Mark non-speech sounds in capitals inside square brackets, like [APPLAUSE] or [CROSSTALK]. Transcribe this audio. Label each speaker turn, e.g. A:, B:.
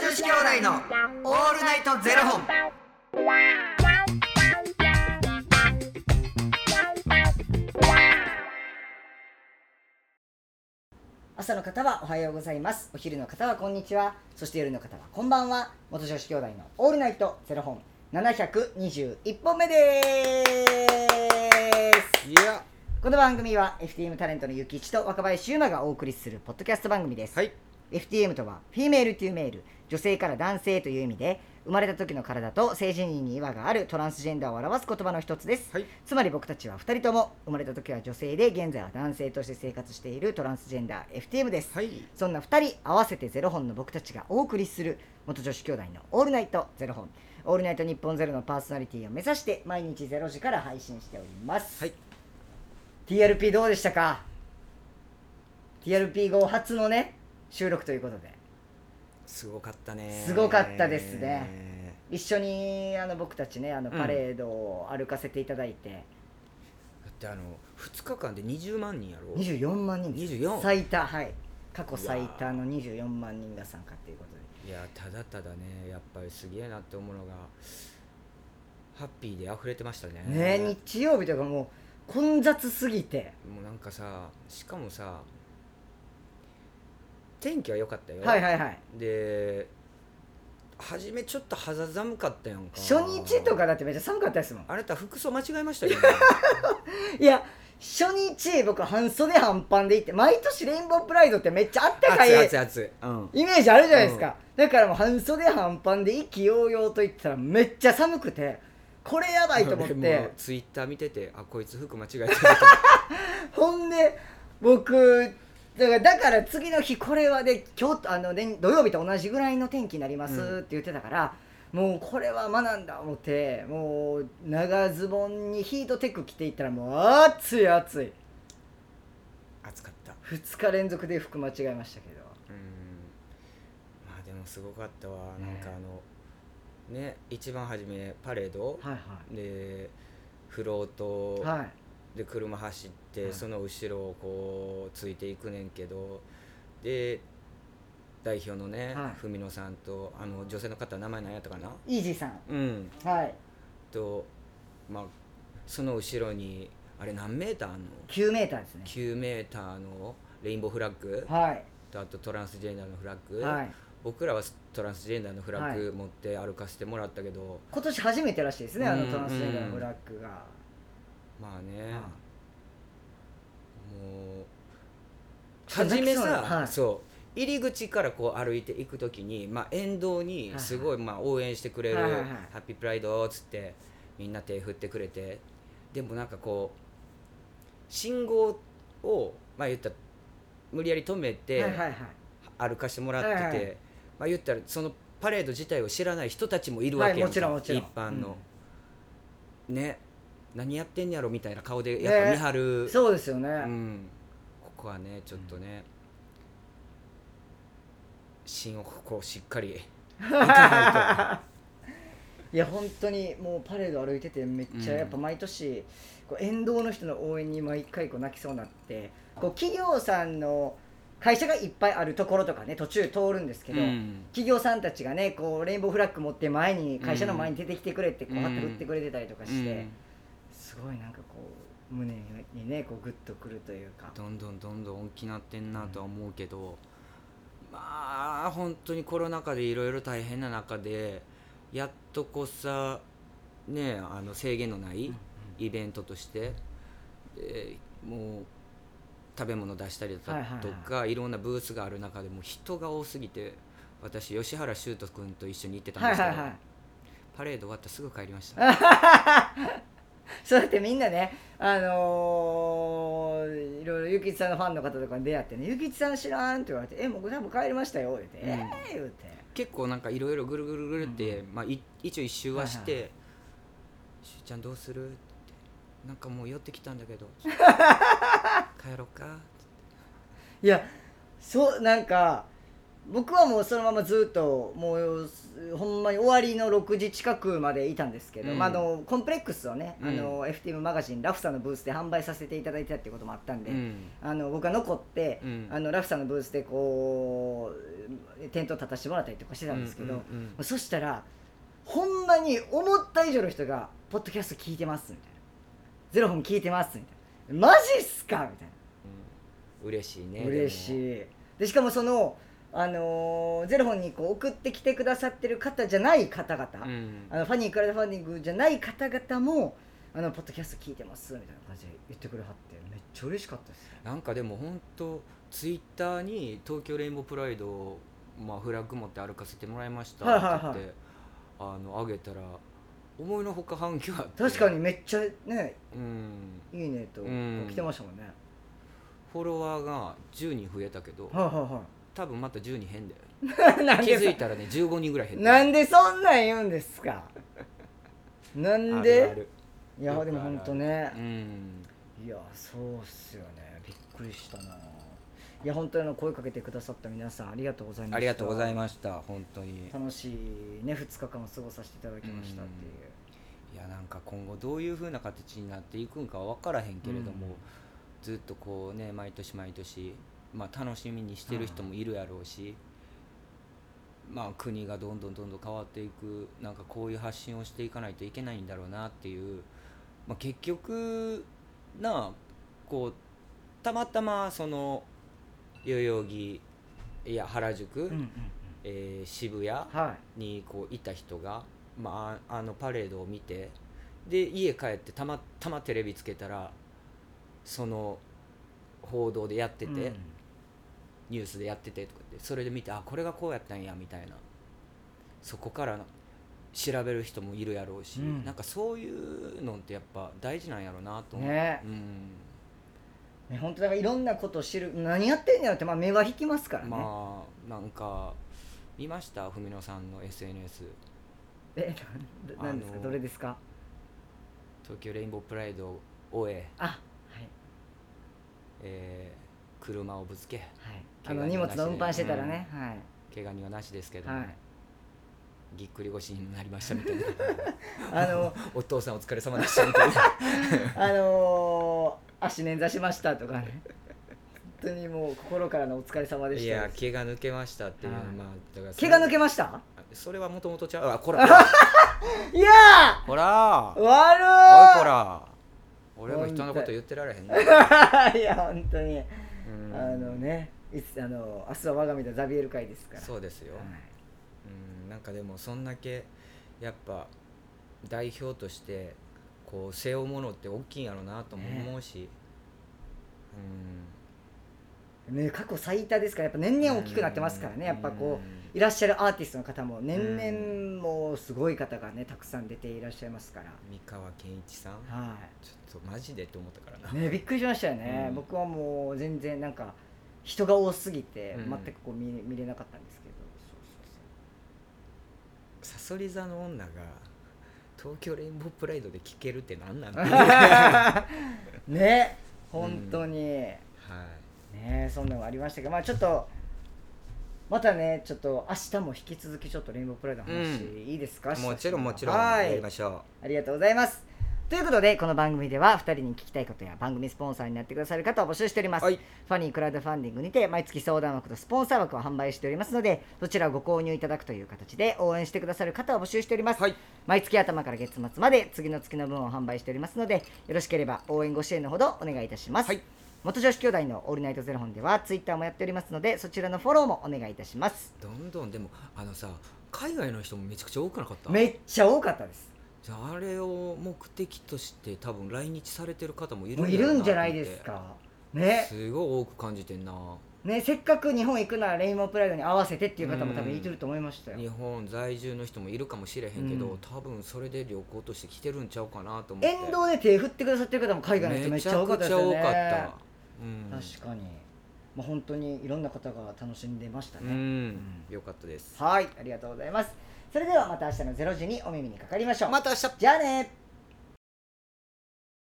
A: 子兄弟のオールナイトゼロ本。
B: 朝の方はおはようございますお昼の方はこんにちはそして夜の方はこんばんは元女子兄弟のオールナイトゼロ本721本目です
C: いや
B: この番組は FTM タレントのゆきちと若林優馬がお送りするポッドキャスト番組です、
C: はい
B: FTM とはフィメールというメール女性から男性という意味で生まれた時の体と性自認に違和があるトランスジェンダーを表す言葉の一つです、
C: はい
B: つまり僕たちは2人とも生まれた時は女性で現在は男性として生活しているトランスジェンダー FTM です、
C: はい
B: そんな2人合わせてゼロ本の僕たちがお送りする元女子兄弟の「オールナイトゼロ本」「オールナイト日本ゼロのパーソナリティを目指して毎日ゼロ時から配信しております、
C: はい
B: TRP どうでしたか TRP 後初のね収録ということです
C: ごかったね
B: すごかったですね一緒にあの僕たちねあのパレードを歩かせていただいて、
C: だってあの2日間で20万人やろ
B: 24万人です
C: 24
B: 最多はい過去最多の24万人が参加ということで
C: いやただただねやっぱりすげえなって思うのがハッピーで溢れてましたね
B: ね日曜日とかもう混雑すぎて
C: もうなんかさしかもさ天気は良かったよ
B: はいはいはい
C: で初めちょっと肌寒かったやんか
B: 初日とかだってめっちゃ寒かったですもん
C: あなた服装間違えまし
B: [LAUGHS]
C: たよ、ね、
B: いや初日僕半袖半パンで行って毎年レインボープライドってめっちゃあったかい
C: 暑い暑い暑い、うん、
B: イメージあるじゃないですか、だからもう半袖半パンで意気揚々と行ってたらめっちゃ寒くてこれやばいと思っ
C: 俺も
B: て
C: ツイッター見ててあこいつ服間違えてた
B: ほんで僕だからだから次の日これはで今日あのね土曜日と同じぐらいの天気になりますって言ってたから、もうこれは学んだ思ってもう長ズボンにヒートテック着ていったらもう暑い暑い
C: 暑かった
B: 2日連続で服間違えましたけど
C: うんまあでもすごかったわ、
B: ね
C: なんかあのね一番初めパレード、
B: はい
C: でフロート、
B: はいはい
C: で車走って、
B: はい
C: その後ろをこうついていくねんけどで代表のね、
B: はい
C: 文野さんとあの女性の方名前何やったかな
B: イージーさん
C: うん
B: はい
C: とまあその後ろにあれ何メーターあんの
B: 9メーターですね
C: 9メーターのレインボーフラッグ
B: はい
C: とあとトランスジェンダーのフラッグ、
B: はい
C: 僕らはトランスジェンダーのフラッ
B: は
C: グ持って歩かせてもらったけど、
B: 今年初めてらしいですねあの
C: うん
B: トランスジェンダーのブラックが、
C: まあね、
B: は
C: もう
B: そう
C: 初
B: 泣き
C: めさ、
B: そうなはい
C: そう入り口からこう歩いていくときに、まあ、沿道
B: い
C: に
B: はい
C: すごいまあ応援してくれる
B: はいはいはい
C: 「ハッピープライド」っつってみんな手振ってくれてでもなんかこう信号をまあ言ったら無理やり止め
B: い、
C: て
B: はいはいはい
C: 歩かしてもらってて、
B: はいはい
C: まあ言ったらそのパレード自体を知らない人たちもいるわけ
B: はい
C: やんか、
B: もちろんもちろん
C: 一般の、ね何やってんやろみたいな顔
B: ね
C: でやっぱ見張る、
B: そうですよね、
C: うん、ここはねちょっとね、芯をこうしっか
B: [LAUGHS]
C: りいかない
B: いや本当にもうパレード歩いててめっちゃ
C: うん
B: やっぱ毎年こう沿道の人の応援に毎回こう泣きそうになってこう企業さんの会社がいっぱいあるところとかね途中通るんですけ
C: と、
B: ど、
C: うん
B: 企業さんたちがねこうレインボーフラッグ持って前に会社の前に出てきてくれってこう
C: うん
B: ハッて振ってくれてたりとかして、
C: うん
B: すごいなんかこう胸にねこうグッとくるというか
C: どんどんどんどん大きなってんなとは思うけど、まあ本当にコロナ禍でいろいろ大変な中でやっとこさねえあの制限のないイベントとして、でもう食べ物出したりだとか、
B: はい
C: い
B: はいはい
C: ろんなブースがある中でもう人が多すぎて私吉原修斗君と一緒に行ってたん
B: は
C: で
B: い
C: すけ
B: は
C: ど、
B: いはい
C: パレード終わったらすぐ帰りました。
B: [LAUGHS] そうやってみんなねあのーいろいろゆきちさんのファンの方とかに出会ってね「ゆきちさん知らん」って言われて「えもう多分帰りましたよ」言うて「
C: うん
B: ええー」言うて
C: 結構なんかいろいろぐるぐるぐるって、
B: う
C: まあ、い一応一周はし
B: はいは
C: て「しゅうちゃんどうする?」って「なんかもう酔ってきたんだけど
B: [LAUGHS]
C: 帰ろうか?」
B: いやそうなんか僕はもうそのままずっともうほんまに終わりの6時近くまでいたんですけど、
C: うん
B: まあ、あのコンプレックスをね、
C: うん
B: あの FTM マガジンラフさんのブースで販売させていただいてたってこともあったんで、
C: うん
B: あの僕は残って、
C: うん
B: あのラフさんのブースでこう店頭立たせてもらったりとかしてたんですけど、
C: うんうんうん
B: そしたらほんまに思った以上の人が「ポッドキャスト聞いてます」みたいな「ゼロ本聞いてます」みたいな「マジっすか!」みたいな。
C: 嬉しいね
B: 嬉し
C: い
B: いでしかもその、あのーゼロ本にこう送ってきてくださってる方じゃない方々、
C: うん
B: あのファニークラウドファンディングじゃない方々もあのポッドキャスト聞いてますみたいな感じで言ってくれはってめっちゃ嬉しかったです
C: なんかでも本当ツイッターに東京レインボープライドを、まあ、フラッグ持って歩かせてもらいました
B: はいはいはい
C: って言ってあの上げたら思いのほか反響あって
B: 確かにめっちゃね
C: うん
B: いいねと
C: うん
B: 来てましたもんね、
C: フォロワーが10人増えたけど
B: はいは
C: 多分また10人変だよ
B: い
C: [LAUGHS]
B: はいなん
C: 気
B: で
C: づいたらね15人ぐらい減った
B: なんでそんなん言うんですかなんで
C: あるある
B: いやでも本当ね
C: うん
B: いやそうっすよねびっくりしたないや本当にあの声かけてくださった皆さんありがとうございました
C: ありがとうございました本当に
B: 楽しいね2日間を過ごさせていただきましたっていう
C: いやなんか今後どういう風な形になっていくんかは分からへんけれども、
B: うん
C: ずっとこうね毎年毎年、まあ、楽しみにしてる人もいるやろうし、まあ、国がどんどんどんどん変わっていくなんかこういう発信をしていかないといけないんだろうなっていう、まあ、結局なあこうたまたまその代々木いや原宿、
B: うんうん
C: えー渋谷、
B: は
C: にこういた人が、まあ、ああのパレードを見てで家帰ってたまたまテレビつけたらその報道でやって
B: い
C: て、
B: うん
C: ニュースでやっててとかってそれで見てあこれがこうやったんやみたいなそこから調べる人もいるやろうし、
B: うん
C: なんかそういうのってやっぱ大事なんやろうなと思う、
B: ね
C: うん、
B: ね本当だからいろんなことを知る何やってんやろってまあ目は引きますからね、
C: まあなんか見ました文野さんの SNS
B: えななんですか、
C: あの
B: どれですか
C: 東京レインボープライドを終え
B: あはい
C: えー車をぶつけ
B: はいあ
C: 怪我
B: の
C: 人
B: 荷物の運搬してたらね、はい
C: 怪我人はなしですけども、
B: はい
C: ぎっくり腰になりましたみ
B: [LAUGHS]
C: たいな
B: あ
C: [LAUGHS]
B: の
C: お父さんお疲れ様でしたみたいな
B: あのー、足捻挫しましたとかね本当にもう心からのお疲れ様で
C: い
B: した
C: や怪我抜けましたっていうのは、
B: はい
C: まあだからそ
B: 毛
C: れ
B: が抜けました
C: それはもともとちゃうあこ
B: [LAUGHS]
C: ら
B: いや
C: こら
B: ー
C: おい
B: 悪
C: こ
B: い
C: ら俺も人のこと言ってられへんね、
B: [LAUGHS] いや本当に、
C: うん
B: あのねいつあの明日は我が身のザビエル会ですから
C: そうですよ、
B: はい
C: うんなんかでもそんだけやっぱ代表としてこう背負うものって大きいんやろうなとも思うし、
B: ね、過去最多ですからやっぱ年々大きくなってますからねやっぱこういらっしゃるアーティストの方も年々もうすごい方がねたくさん出ていらっしゃいますから、
C: 三河健一さん
B: は、
C: ちょっとマジでって思ったからない
B: ね、びっくりしましたよね、
C: うん
B: 僕はもう全然なんか人が多すぎて
C: うん
B: 全くこう見見れなかったんですけど、そうそうそう
C: さそり座の女が東京レインボープライドで聴けるってなんなんだ
B: [LAUGHS]
C: [LAUGHS]
B: ね本当に、ね
C: はい
B: そんなのありましたけどまあちょっとまたねちょっと明日も引き続きちょっとレインボープライドの話、
C: う
B: いいですか
C: もちろんもちろん
B: は
C: や
B: い
C: りましょ
B: ありがとうございますということでこの番組では2人に聞きたいことや番組スポンサーになってくださる方を募集しております、
C: はい
B: ファニークラウドファンディングにて毎月相談枠とスポンサー枠を販売しておりますのでどちらをご購入いただくという形で応援してくださる方を募集しております、
C: はい
B: 毎月頭から月末まで次の月の分を販売しておりますのでよろしければ応援ご支援のほどお願いいたします、
C: はい
B: 元女子兄弟のオールナイトゼロ本ではツイッターもやっておりますのでそちらのフォローもお願いいたします
C: うどんどんでもあのさ海外の人もめちゃくちゃ多くなかった
B: めっちゃ多かったです
C: じゃああれを目的として多分来日されてる方もいる
B: も
C: ん
B: う
C: だ
B: い
C: ろう
B: る
C: なん
B: じゃないですかね
C: すごい多く感じてんな
B: ね、せっかく日本行くならレインボープライドに合わせてっていう方も多分いてると思いましたよ、
C: 日本在住の人もいるかもしれへんけど、
B: うん
C: 多分それで旅行として来てるんちゃうかなと思って
B: 沿道で手振ってくださってる方も海外の人めっちゃ多かったですよね
C: めちゃくちゃ多かった、うん、
B: 確かに、まあ、本当にいろんな方が楽しんでました
C: う
B: ね、
C: ん、よかったです
B: はいありがとうございますそれではまた明日の0時にお耳にかかりましょう
C: また明日
B: じゃあね